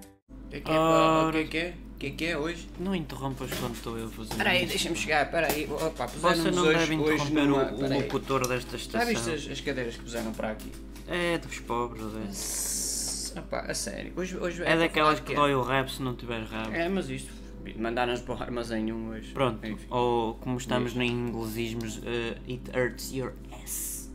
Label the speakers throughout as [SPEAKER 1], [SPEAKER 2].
[SPEAKER 1] que é? O que é que é? O que é que é hoje?
[SPEAKER 2] Não interrompas quando estou eu a fazer
[SPEAKER 1] Espera aí,
[SPEAKER 2] isto.
[SPEAKER 1] deixa-me chegar, espera aí. Opa,
[SPEAKER 2] Você
[SPEAKER 1] puseram-nos
[SPEAKER 2] não
[SPEAKER 1] hoje,
[SPEAKER 2] deve
[SPEAKER 1] hoje
[SPEAKER 2] interromper
[SPEAKER 1] numa...
[SPEAKER 2] o, o
[SPEAKER 1] espera aí.
[SPEAKER 2] locutor desta
[SPEAKER 1] Já
[SPEAKER 2] estação.
[SPEAKER 1] viste as, as cadeiras que puseram para aqui?
[SPEAKER 2] É dos pobres, é.
[SPEAKER 1] S- Opa, a sério. Hoje, hoje
[SPEAKER 2] É daquelas que
[SPEAKER 1] é para falar
[SPEAKER 2] dói o rabo se não tiver rabo.
[SPEAKER 1] de quê? É, mas isto, mandaram-nos para o armazém um hoje.
[SPEAKER 2] Pronto,
[SPEAKER 1] Enfim.
[SPEAKER 2] ou como estamos em inglesismos, eh, it hurts your ass.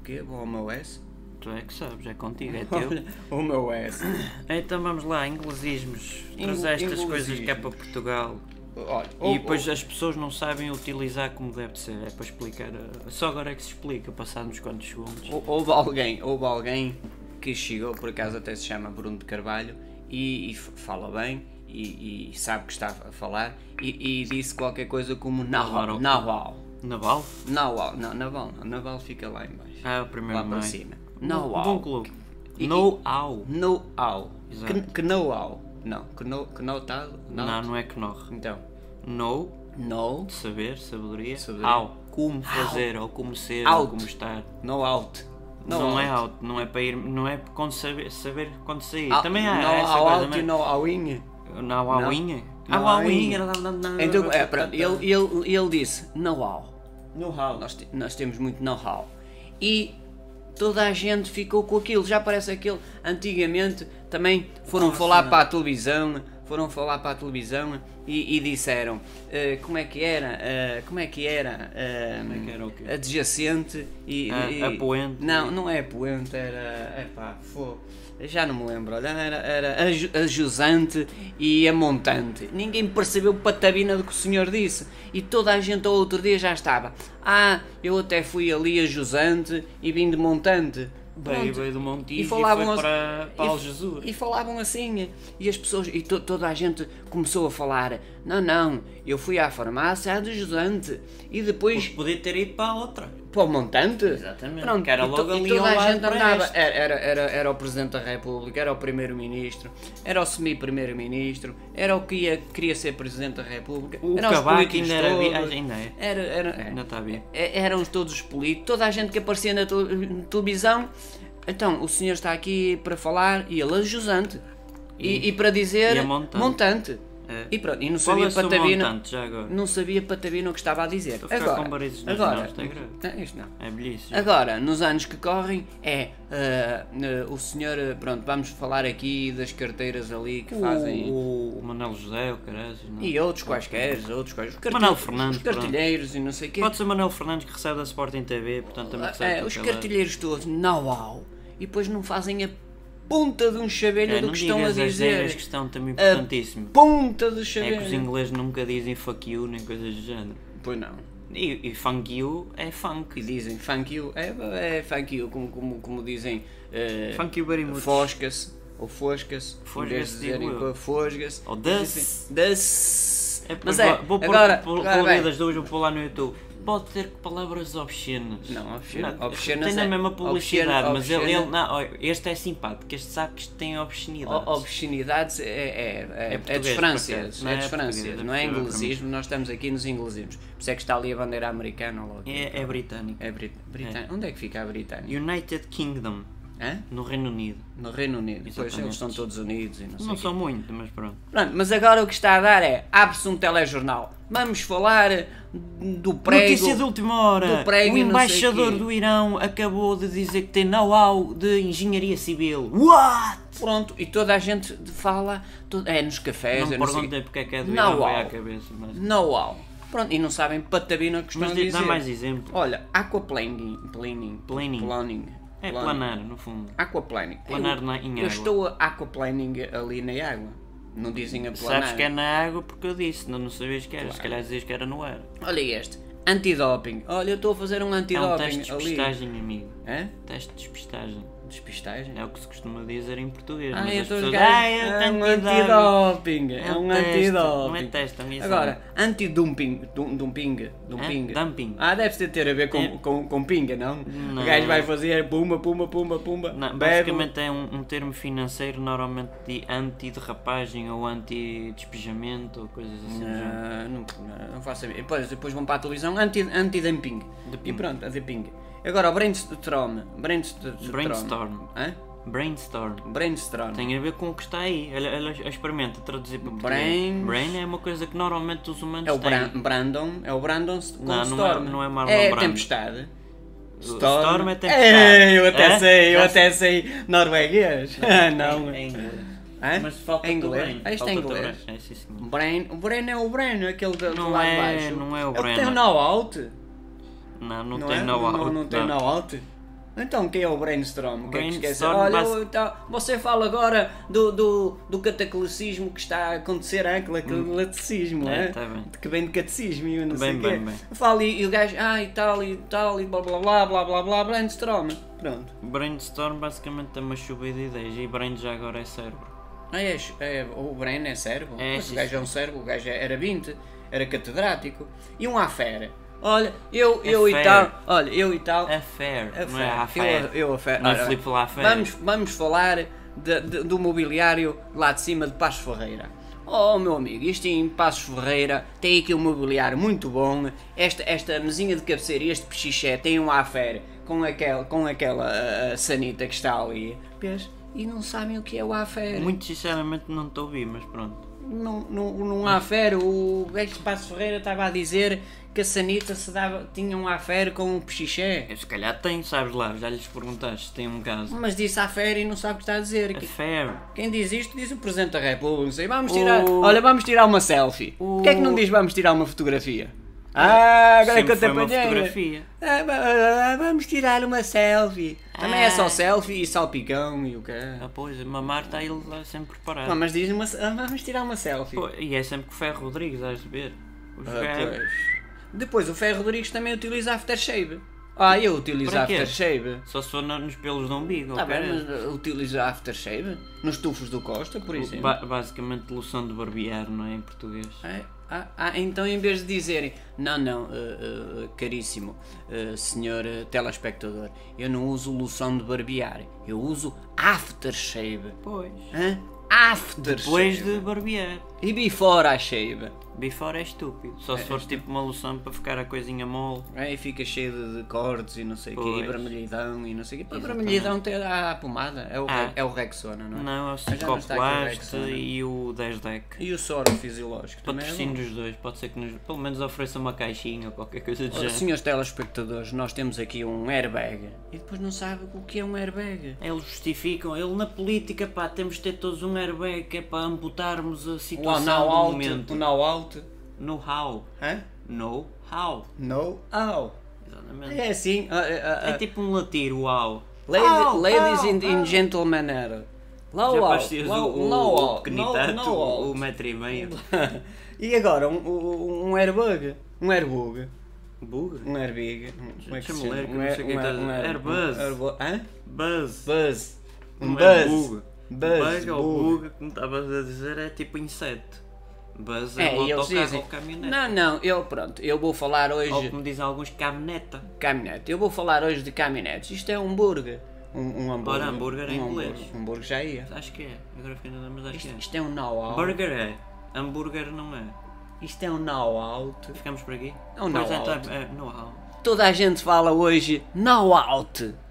[SPEAKER 1] O quê? Vou ao meu S?
[SPEAKER 2] Tu é que sabes, é contigo, é teu.
[SPEAKER 1] Olha, o meu S.
[SPEAKER 2] então vamos lá, inglesismos. Traz estas coisas cá para Portugal.
[SPEAKER 1] Olha,
[SPEAKER 2] e depois as pessoas não sabem utilizar como deve de ser. É para explicar. eh, Só agora é que se explica, passados quantos segundos.
[SPEAKER 1] Hou- Houve alguém, houve alguém que chegou, por acaso até se chama Bruno de Carvalho, e, e f- fala bem, e, e sabe que está a falar, e, e disse qualquer coisa como Nahual,
[SPEAKER 2] Claro.
[SPEAKER 1] Nahual,
[SPEAKER 2] Naval?
[SPEAKER 1] Nahual, não, Naval não, Naval fica lá em baixo,
[SPEAKER 2] Ah, o primeiro
[SPEAKER 1] lá para
[SPEAKER 2] maio.
[SPEAKER 1] cima,
[SPEAKER 2] Bom
[SPEAKER 1] Nahual,
[SPEAKER 2] clube. No-how.
[SPEAKER 1] Know-how,
[SPEAKER 2] Exato.
[SPEAKER 1] que, que know-how, não, que know, que know tal, não,
[SPEAKER 2] Não, não é que não.
[SPEAKER 1] então,
[SPEAKER 2] No,
[SPEAKER 1] know,
[SPEAKER 2] de saber, sabedoria.
[SPEAKER 1] Sabedoria.
[SPEAKER 2] How, como fazer, ou como ser, ou
[SPEAKER 1] Out.
[SPEAKER 2] como estar.
[SPEAKER 1] know out, know
[SPEAKER 2] não
[SPEAKER 1] out.
[SPEAKER 2] é out, não é para ir, não é quando saber, saber quando sair.
[SPEAKER 1] Ah,
[SPEAKER 2] Também há
[SPEAKER 1] know
[SPEAKER 2] essa
[SPEAKER 1] how
[SPEAKER 2] coisa,
[SPEAKER 1] out e
[SPEAKER 2] mas-
[SPEAKER 1] know how in.
[SPEAKER 2] Não há unha? Ah,
[SPEAKER 1] Não
[SPEAKER 2] há
[SPEAKER 1] há unha.
[SPEAKER 2] unha. não, não, não,
[SPEAKER 1] Então,
[SPEAKER 2] não,
[SPEAKER 1] é,
[SPEAKER 2] não,
[SPEAKER 1] pronto,
[SPEAKER 2] não,
[SPEAKER 1] ele, ele, ele disse know-how. Know-how. Nós, te- nós temos muito know-how. E toda a gente ficou com aquilo. Já parece aquele. Antigamente também foram
[SPEAKER 2] Ah,
[SPEAKER 1] falar para a televisão. Foram falar para a televisão e, e disseram eh, como é que era, eh, como é que era, eh,
[SPEAKER 2] é que era o quê?
[SPEAKER 1] adjacente e,
[SPEAKER 2] Ah,
[SPEAKER 1] e-
[SPEAKER 2] apoente.
[SPEAKER 1] Não, não é apoente, era. Epá, fô, já não me lembro, olha, era, era aju- ajusante e a montante. Ninguém percebeu patabina do que o senhor disse. E toda a gente ao outro dia já estava. Ah, eu até fui ali ajusante e vim de montante.
[SPEAKER 2] Veio,
[SPEAKER 1] Pronto.
[SPEAKER 2] veio do Montijo
[SPEAKER 1] E
[SPEAKER 2] e,
[SPEAKER 1] falavam
[SPEAKER 2] foi
[SPEAKER 1] assim-
[SPEAKER 2] para, para
[SPEAKER 1] e-
[SPEAKER 2] Jesus.
[SPEAKER 1] E falavam assim, e as pessoas, e to- toda a gente começou a falar: não, não, eu fui à farmácia adjusante e depois
[SPEAKER 2] Podia ter ido para a outra.
[SPEAKER 1] para o montante?
[SPEAKER 2] Exatamente, que era
[SPEAKER 1] e to- e
[SPEAKER 2] logo ali
[SPEAKER 1] toda
[SPEAKER 2] ao
[SPEAKER 1] a
[SPEAKER 2] lado
[SPEAKER 1] gente
[SPEAKER 2] para
[SPEAKER 1] andava.
[SPEAKER 2] este.
[SPEAKER 1] Era, era, era, era o Presidente da República, era o Primeiro-Ministro, era o semi-Primeiro-Ministro, era o que ia- queria ser Presidente da República.
[SPEAKER 2] O
[SPEAKER 1] eram os
[SPEAKER 2] Cavaco
[SPEAKER 1] políticos
[SPEAKER 2] ainda era vi-
[SPEAKER 1] todos,
[SPEAKER 2] ah, ainda é.
[SPEAKER 1] Era, era, é.
[SPEAKER 2] Ainda está bem.
[SPEAKER 1] É- Eram todos os políticos, toda a gente que aparecia na tel- na televisão. Então, o senhor está aqui para falar e ele é jusante. E, e para dizer
[SPEAKER 2] e é montante. É.
[SPEAKER 1] E pronto, e não
[SPEAKER 2] Qual
[SPEAKER 1] sabia
[SPEAKER 2] é o seu
[SPEAKER 1] patavina
[SPEAKER 2] montante já agora?
[SPEAKER 1] não sabia patabina o que estava a dizer.
[SPEAKER 2] Estou a ficar
[SPEAKER 1] Agora,
[SPEAKER 2] com varizes nas
[SPEAKER 1] agora,
[SPEAKER 2] mãos, está grave.
[SPEAKER 1] Não, isto não.
[SPEAKER 2] É belíssimo.
[SPEAKER 1] Agora, nos anos que correm, é ah, ah, o senhor, ah, pronto, vamos falar aqui das carteiras ali que fazem.
[SPEAKER 2] O, o, o Manuel José, o caralho. não. é?
[SPEAKER 1] E outros quaisquer, outros quais. os cartil-
[SPEAKER 2] Manuel Fernandes,
[SPEAKER 1] Os cartilheiros e não sei o quê.
[SPEAKER 2] Pode ser Manuel Fernandes que recebe da Sporting TV, portanto também
[SPEAKER 1] Ah,
[SPEAKER 2] recebe.
[SPEAKER 1] é,
[SPEAKER 2] do
[SPEAKER 1] os
[SPEAKER 2] Pelé.
[SPEAKER 1] cartilheiros todos, não au. E depois não fazem a ponta de um chabelho
[SPEAKER 2] É,
[SPEAKER 1] do
[SPEAKER 2] não
[SPEAKER 1] que estão a
[SPEAKER 2] digas as
[SPEAKER 1] dizer.
[SPEAKER 2] neiras que estão também importantíssimo.
[SPEAKER 1] Ponta do
[SPEAKER 2] É
[SPEAKER 1] chabelho.
[SPEAKER 2] que os ingleses nunca dizem fuck you nem coisas do género.
[SPEAKER 1] Pois não.
[SPEAKER 2] E, e funk you é funk.
[SPEAKER 1] E dizem thank you, é, é thank you, como, como, como dizem. ah,
[SPEAKER 2] Funk you very much.
[SPEAKER 1] Fosca-se, ou fosca-se, em vez
[SPEAKER 2] Fosga-se,
[SPEAKER 1] de dizerem
[SPEAKER 2] digo eu.
[SPEAKER 1] co- fosga-se.
[SPEAKER 2] Ou
[SPEAKER 1] dizem das.
[SPEAKER 2] É, pois
[SPEAKER 1] Mas é,
[SPEAKER 2] vou- vou pôr-
[SPEAKER 1] agora,
[SPEAKER 2] pôr-
[SPEAKER 1] agora
[SPEAKER 2] pôr o dia
[SPEAKER 1] bem,
[SPEAKER 2] das duas, vou pôr lá no YouTube. Pode ter palavras obscenas.
[SPEAKER 1] Não, obscena-
[SPEAKER 2] Não,
[SPEAKER 1] obscenas
[SPEAKER 2] Tem
[SPEAKER 1] é-
[SPEAKER 2] a mesma publicidade,
[SPEAKER 1] obscena-
[SPEAKER 2] mas ele,
[SPEAKER 1] obscena- Oh,
[SPEAKER 2] ele- não, olha, este é simpático, este sabe que isto tem obscenidade.
[SPEAKER 1] o- obscenidades é, é, é, é,
[SPEAKER 2] português,
[SPEAKER 1] de
[SPEAKER 2] por
[SPEAKER 1] França,
[SPEAKER 2] acaso.
[SPEAKER 1] é
[SPEAKER 2] Não
[SPEAKER 1] de
[SPEAKER 2] é
[SPEAKER 1] França,
[SPEAKER 2] português, é
[SPEAKER 1] não é
[SPEAKER 2] português,
[SPEAKER 1] inglesismo, nós estamos aqui nos inglesismos. Por isso é que está ali a bandeira americana logo.
[SPEAKER 2] é, é britânico.
[SPEAKER 1] É Brit- Britânia. Onde é que fica a Britânia?
[SPEAKER 2] United Kingdom,
[SPEAKER 1] Hã?
[SPEAKER 2] no Reino Unido.
[SPEAKER 1] No Reino Unido. Pois eles
[SPEAKER 2] Exatamente.
[SPEAKER 1] estão todos unidos e não sei.
[SPEAKER 2] Não são muito, mas pronto.
[SPEAKER 1] Pronto, mas agora o que está a dar é abre-se um telejornal. Vamos falar do prego.
[SPEAKER 2] Notícia de última hora.
[SPEAKER 1] do prego
[SPEAKER 2] o
[SPEAKER 1] e não sei
[SPEAKER 2] embaixador
[SPEAKER 1] quê.
[SPEAKER 2] do Irão acabou de dizer que tem know-how de engenharia civil. What?
[SPEAKER 1] Pronto, e toda a gente fala, to- é nos cafés,
[SPEAKER 2] Não me
[SPEAKER 1] é não
[SPEAKER 2] perguntei porque é que é do
[SPEAKER 1] Não,
[SPEAKER 2] Irão, veio à
[SPEAKER 1] uau.
[SPEAKER 2] cabeça, mas...
[SPEAKER 1] Know-how. Pronto, e não sabem patabina que estão
[SPEAKER 2] Mas
[SPEAKER 1] a
[SPEAKER 2] dê-
[SPEAKER 1] dizer.
[SPEAKER 2] dá mais exemplo.
[SPEAKER 1] Olha, aquaplaning, planing,
[SPEAKER 2] Planing.
[SPEAKER 1] planing,
[SPEAKER 2] É
[SPEAKER 1] plan-
[SPEAKER 2] planar, no fundo.
[SPEAKER 1] Aquaplaning.
[SPEAKER 2] Planar
[SPEAKER 1] eu,
[SPEAKER 2] na- em
[SPEAKER 1] Eu
[SPEAKER 2] água.
[SPEAKER 1] estou a aquaplaning ali na água. Não dizem a planar.
[SPEAKER 2] Sabes que é na água porque eu disse, não, não sabias que era. Se calhar dizias que era no ar.
[SPEAKER 1] Olha este, antidoping. Olha, eu estou a fazer um
[SPEAKER 2] É um
[SPEAKER 1] antidoping
[SPEAKER 2] teste de
[SPEAKER 1] ali.
[SPEAKER 2] despistagem, amigo.
[SPEAKER 1] Hã?
[SPEAKER 2] Teste de despistagem.
[SPEAKER 1] Despistagem?
[SPEAKER 2] É o que se costuma dizer em português.
[SPEAKER 1] Ah,
[SPEAKER 2] mas
[SPEAKER 1] eu
[SPEAKER 2] as
[SPEAKER 1] estou
[SPEAKER 2] pessoas...
[SPEAKER 1] a
[SPEAKER 2] Ah, eu
[SPEAKER 1] É
[SPEAKER 2] tenho
[SPEAKER 1] um
[SPEAKER 2] antidoping."
[SPEAKER 1] antidoping. É
[SPEAKER 2] É um
[SPEAKER 1] um
[SPEAKER 2] teste,
[SPEAKER 1] antidoping.
[SPEAKER 2] não é teste, é missão.
[SPEAKER 1] Agora, antidumping. dum- Dumping. Dumping.
[SPEAKER 2] Hã? É, Dumping. É.
[SPEAKER 1] Ah, deve ter a ver com, com, com pinga, não? O
[SPEAKER 2] Não.
[SPEAKER 1] gajo vai fazer pumba, pumba, pumba, pumba.
[SPEAKER 2] Não,
[SPEAKER 1] bebe.
[SPEAKER 2] basicamente é um, um termo financeiro normalmente de anti-derrapagem ou anti-despejamento ou coisas assim. do género.
[SPEAKER 1] Ah, não, não faço a mim. Depois, depois vão para a televisão anti- anti-dumping. e pronto, a de pinga. Agora, o brainstorm. Brainstorm.
[SPEAKER 2] Brainstorm.
[SPEAKER 1] Hã?
[SPEAKER 2] Brainstorm.
[SPEAKER 1] Brainstorm.
[SPEAKER 2] Tem a ver com o que está aí. Ela, ela experimenta traduzir para português.
[SPEAKER 1] Brains.
[SPEAKER 2] Brain é uma coisa que normalmente os humanos
[SPEAKER 1] É o
[SPEAKER 2] têm.
[SPEAKER 1] Bran- Brandon, é o Brandon s- com
[SPEAKER 2] Não, não é-
[SPEAKER 1] Storm.
[SPEAKER 2] não é Marlon
[SPEAKER 1] É
[SPEAKER 2] Brando.
[SPEAKER 1] Tempestade.
[SPEAKER 2] Storm é tempestade.
[SPEAKER 1] É, eu até
[SPEAKER 2] É?
[SPEAKER 1] sei, eu
[SPEAKER 2] Já
[SPEAKER 1] até sei norueguês. Ah, não.
[SPEAKER 2] É inglês.
[SPEAKER 1] Hã?
[SPEAKER 2] Mas falta
[SPEAKER 1] É
[SPEAKER 2] inglês.
[SPEAKER 1] inglês.
[SPEAKER 2] Brain.
[SPEAKER 1] Ah, isto é
[SPEAKER 2] Falta-te o
[SPEAKER 1] inglês.
[SPEAKER 2] Brain. É, sim, senhor.
[SPEAKER 1] Brain, o Brain é o Brain, aquele do, do
[SPEAKER 2] Não
[SPEAKER 1] lado
[SPEAKER 2] é-
[SPEAKER 1] baixo.
[SPEAKER 2] não é o
[SPEAKER 1] Ele
[SPEAKER 2] Brain.
[SPEAKER 1] tem o know-out.
[SPEAKER 2] Não, não,
[SPEAKER 1] Não,
[SPEAKER 2] tem
[SPEAKER 1] é?
[SPEAKER 2] know
[SPEAKER 1] Não, não tem know-out. Então, quem é o brainstorm? O que é que esquece?
[SPEAKER 2] Brainstorm
[SPEAKER 1] Olha,
[SPEAKER 2] base-
[SPEAKER 1] eu- tá- você fala agora do, do, do cataclicismo que está a acontecer, é? Cataclicismo,
[SPEAKER 2] É,
[SPEAKER 1] é?
[SPEAKER 2] tá bem.
[SPEAKER 1] Que vem de catecismo e eu não
[SPEAKER 2] Bem,
[SPEAKER 1] sei o quê.
[SPEAKER 2] bem, bem.
[SPEAKER 1] Fala e, e o gajo, ah, e tal, e tal, e blá blá blá, blá blá blá, brainstorm. Pronto.
[SPEAKER 2] Brainstorm basicamente é uma chuva de ideias e brain já agora é cérebro.
[SPEAKER 1] Ah, é, ch- é, o Brain é cérebro?
[SPEAKER 2] É,
[SPEAKER 1] Pois,
[SPEAKER 2] sim,
[SPEAKER 1] o gajo é um cérebro, o gajo era 20, era catedrático. E um à fera. Olha, eu, eu e
[SPEAKER 2] fera.
[SPEAKER 1] tal, olha, eu e tal.
[SPEAKER 2] É fair,
[SPEAKER 1] A
[SPEAKER 2] não
[SPEAKER 1] fé.
[SPEAKER 2] é a fair.
[SPEAKER 1] Eu, eu a fé.
[SPEAKER 2] Não é
[SPEAKER 1] Ora,
[SPEAKER 2] Filipe Lafayette.
[SPEAKER 1] Vamos, vamos falar de- de- do mobiliário lá de cima de Passos Ferreira. Oh, meu amigo, isto em Passos Ferreira tem aqui um mobiliário muito bom. Esta, esta mesinha de cabeceira e este pechiché tem um afer com aquela, com aquela ah, ah, sanita que está ali. Vês? E não sabem o que é o afer.
[SPEAKER 2] Muito sinceramente não te ouvi, mas pronto.
[SPEAKER 1] Não, não, não há fer. O ex Passos Ferreira estava a dizer que a sanita se dava, tinha um afer com um pechiché.
[SPEAKER 2] Eu, É, se calhar tem, sabes lá, já lhes perguntaste se tem um caso.
[SPEAKER 1] Mas disse à fera e não sabe o que está a dizer.
[SPEAKER 2] É fair.
[SPEAKER 1] Quem diz isto diz o Presidente da República. Não sei, Vamos tirar.
[SPEAKER 2] O-
[SPEAKER 1] Olha, vamos tirar uma selfie.
[SPEAKER 2] O-
[SPEAKER 1] Porquê é que não diz vamos tirar uma fotografia? Ah, agora é que
[SPEAKER 2] Sempre
[SPEAKER 1] eu te
[SPEAKER 2] foi uma
[SPEAKER 1] apanhei.
[SPEAKER 2] fotografia.
[SPEAKER 1] Ah, va- ah, vamos tirar uma selfie. Também é só
[SPEAKER 2] Ah.
[SPEAKER 1] selfie e salpicão e o quê?
[SPEAKER 2] Ah, pois, mamar está ele lá sempre
[SPEAKER 1] Pá,
[SPEAKER 2] preparado.
[SPEAKER 1] mas diz uma. ah, Vamos tirar uma selfie.
[SPEAKER 2] Pô, e é sempre com o Ferro Rodrigues, has de ver. Os
[SPEAKER 1] Ah,
[SPEAKER 2] gajos-
[SPEAKER 1] pois. Depois o Ferro Rodrigues também utiliza aftershave. Ah, eu utilizo
[SPEAKER 2] Para quê?
[SPEAKER 1] aftershave.
[SPEAKER 2] Só se for na- nos pelos do umbigo.
[SPEAKER 1] Tá
[SPEAKER 2] ok?
[SPEAKER 1] bem, mas é ah, utiliza aftershave? Nos tufos do Costa, por exemplo.
[SPEAKER 2] Ba- basicamente loção de barbear, não é? Em português.
[SPEAKER 1] É? Ah, ah, então em vez de dizerem, não, não, eh, eh, caríssimo eh, senhor eh, telespectador, eu não uso loção de barbear, eu uso aftershave.
[SPEAKER 2] Pois.
[SPEAKER 1] Hã? Aftershave.
[SPEAKER 2] Depois de barbear.
[SPEAKER 1] E before I shave.
[SPEAKER 2] Before é estúpido. Só se for tipo uma loção para ficar a coisinha mole.
[SPEAKER 1] Aí É, fica cheio de, de cortes e não sei o quê, e
[SPEAKER 2] Pois.
[SPEAKER 1] vermelhidão e não sei o quê. Pá, vermelhidão tem a, a pomada, é o,
[SPEAKER 2] Ah.
[SPEAKER 1] Re- é o Rexona, não é?
[SPEAKER 2] Não, é o
[SPEAKER 1] Mas já não está aqui o
[SPEAKER 2] Cicoplaste
[SPEAKER 1] Rexona.
[SPEAKER 2] e o 10 deck.
[SPEAKER 1] E o soro fisiológico também é bom.
[SPEAKER 2] Patrocínio dos dois, pode ser que nos, pelo menos ofereça uma caixinha ou qualquer coisa do
[SPEAKER 1] Ora,
[SPEAKER 2] género.
[SPEAKER 1] senhores telespectadores, nós temos aqui um airbag e depois não sabe o que é um airbag.
[SPEAKER 2] Eles justificam, ele na política, pá, temos de ter todos um airbag que é para amputarmos a
[SPEAKER 1] O
[SPEAKER 2] situação
[SPEAKER 1] now
[SPEAKER 2] do
[SPEAKER 1] out,
[SPEAKER 2] momento.
[SPEAKER 1] o now out,
[SPEAKER 2] No how.
[SPEAKER 1] hã?
[SPEAKER 2] No how.
[SPEAKER 1] No out.
[SPEAKER 2] Exatamente.
[SPEAKER 1] É assim, ah, ah, ah,
[SPEAKER 2] É tipo um latir, uau.
[SPEAKER 1] lady-
[SPEAKER 2] Au,
[SPEAKER 1] ladies
[SPEAKER 2] au,
[SPEAKER 1] in, in
[SPEAKER 2] au.
[SPEAKER 1] gentleman era. Low
[SPEAKER 2] Já
[SPEAKER 1] out,
[SPEAKER 2] parecias
[SPEAKER 1] low,
[SPEAKER 2] o, o,
[SPEAKER 1] low
[SPEAKER 2] o
[SPEAKER 1] out,
[SPEAKER 2] pequenitato,
[SPEAKER 1] no- no
[SPEAKER 2] o,
[SPEAKER 1] out.
[SPEAKER 2] metro e meio.
[SPEAKER 1] E agora, um, um, um airbag, um airbag,
[SPEAKER 2] Bug?
[SPEAKER 1] um airbag, um- como é que se
[SPEAKER 2] Deixa-me
[SPEAKER 1] chama?
[SPEAKER 2] ler, que
[SPEAKER 1] Um
[SPEAKER 2] não
[SPEAKER 1] air-
[SPEAKER 2] sei o que
[SPEAKER 1] um
[SPEAKER 2] tá-
[SPEAKER 1] air- um air-
[SPEAKER 2] Airbus.
[SPEAKER 1] um airbo- hã?
[SPEAKER 2] Buzz.
[SPEAKER 1] Buzz. Um
[SPEAKER 2] Não é
[SPEAKER 1] buzz.
[SPEAKER 2] bug. Bug
[SPEAKER 1] Buzz,
[SPEAKER 2] ou
[SPEAKER 1] bug.
[SPEAKER 2] bug, como estavas a dizer, é tipo inseto. Buzz é,
[SPEAKER 1] É,
[SPEAKER 2] um
[SPEAKER 1] e eles
[SPEAKER 2] autocarro
[SPEAKER 1] dizem.
[SPEAKER 2] ou caminhonete.
[SPEAKER 1] Não, não, eu pronto, eu vou falar
[SPEAKER 2] Ou
[SPEAKER 1] hoje.
[SPEAKER 2] como dizem alguns, caminheta.
[SPEAKER 1] Caminhonete. Eu vou falar hoje de caminhonetes. Isto é um hambúrguer. Um, um hambúrguer.
[SPEAKER 2] Ora, hambúrguer em
[SPEAKER 1] um
[SPEAKER 2] inglês.
[SPEAKER 1] hambúrguer. Um hambúrguer já ia.
[SPEAKER 2] Acho que é. Agora fiquei na dúvida, mas acho que
[SPEAKER 1] Isto,
[SPEAKER 2] é.
[SPEAKER 1] isto é um know-how.
[SPEAKER 2] Burger é. Hambúrguer não é.
[SPEAKER 1] Isto é um know-out.
[SPEAKER 2] Ficamos por aqui?
[SPEAKER 1] É um
[SPEAKER 2] Pois é,
[SPEAKER 1] know-how.
[SPEAKER 2] tá- é, know-how.
[SPEAKER 1] Toda a gente fala hoje know-out.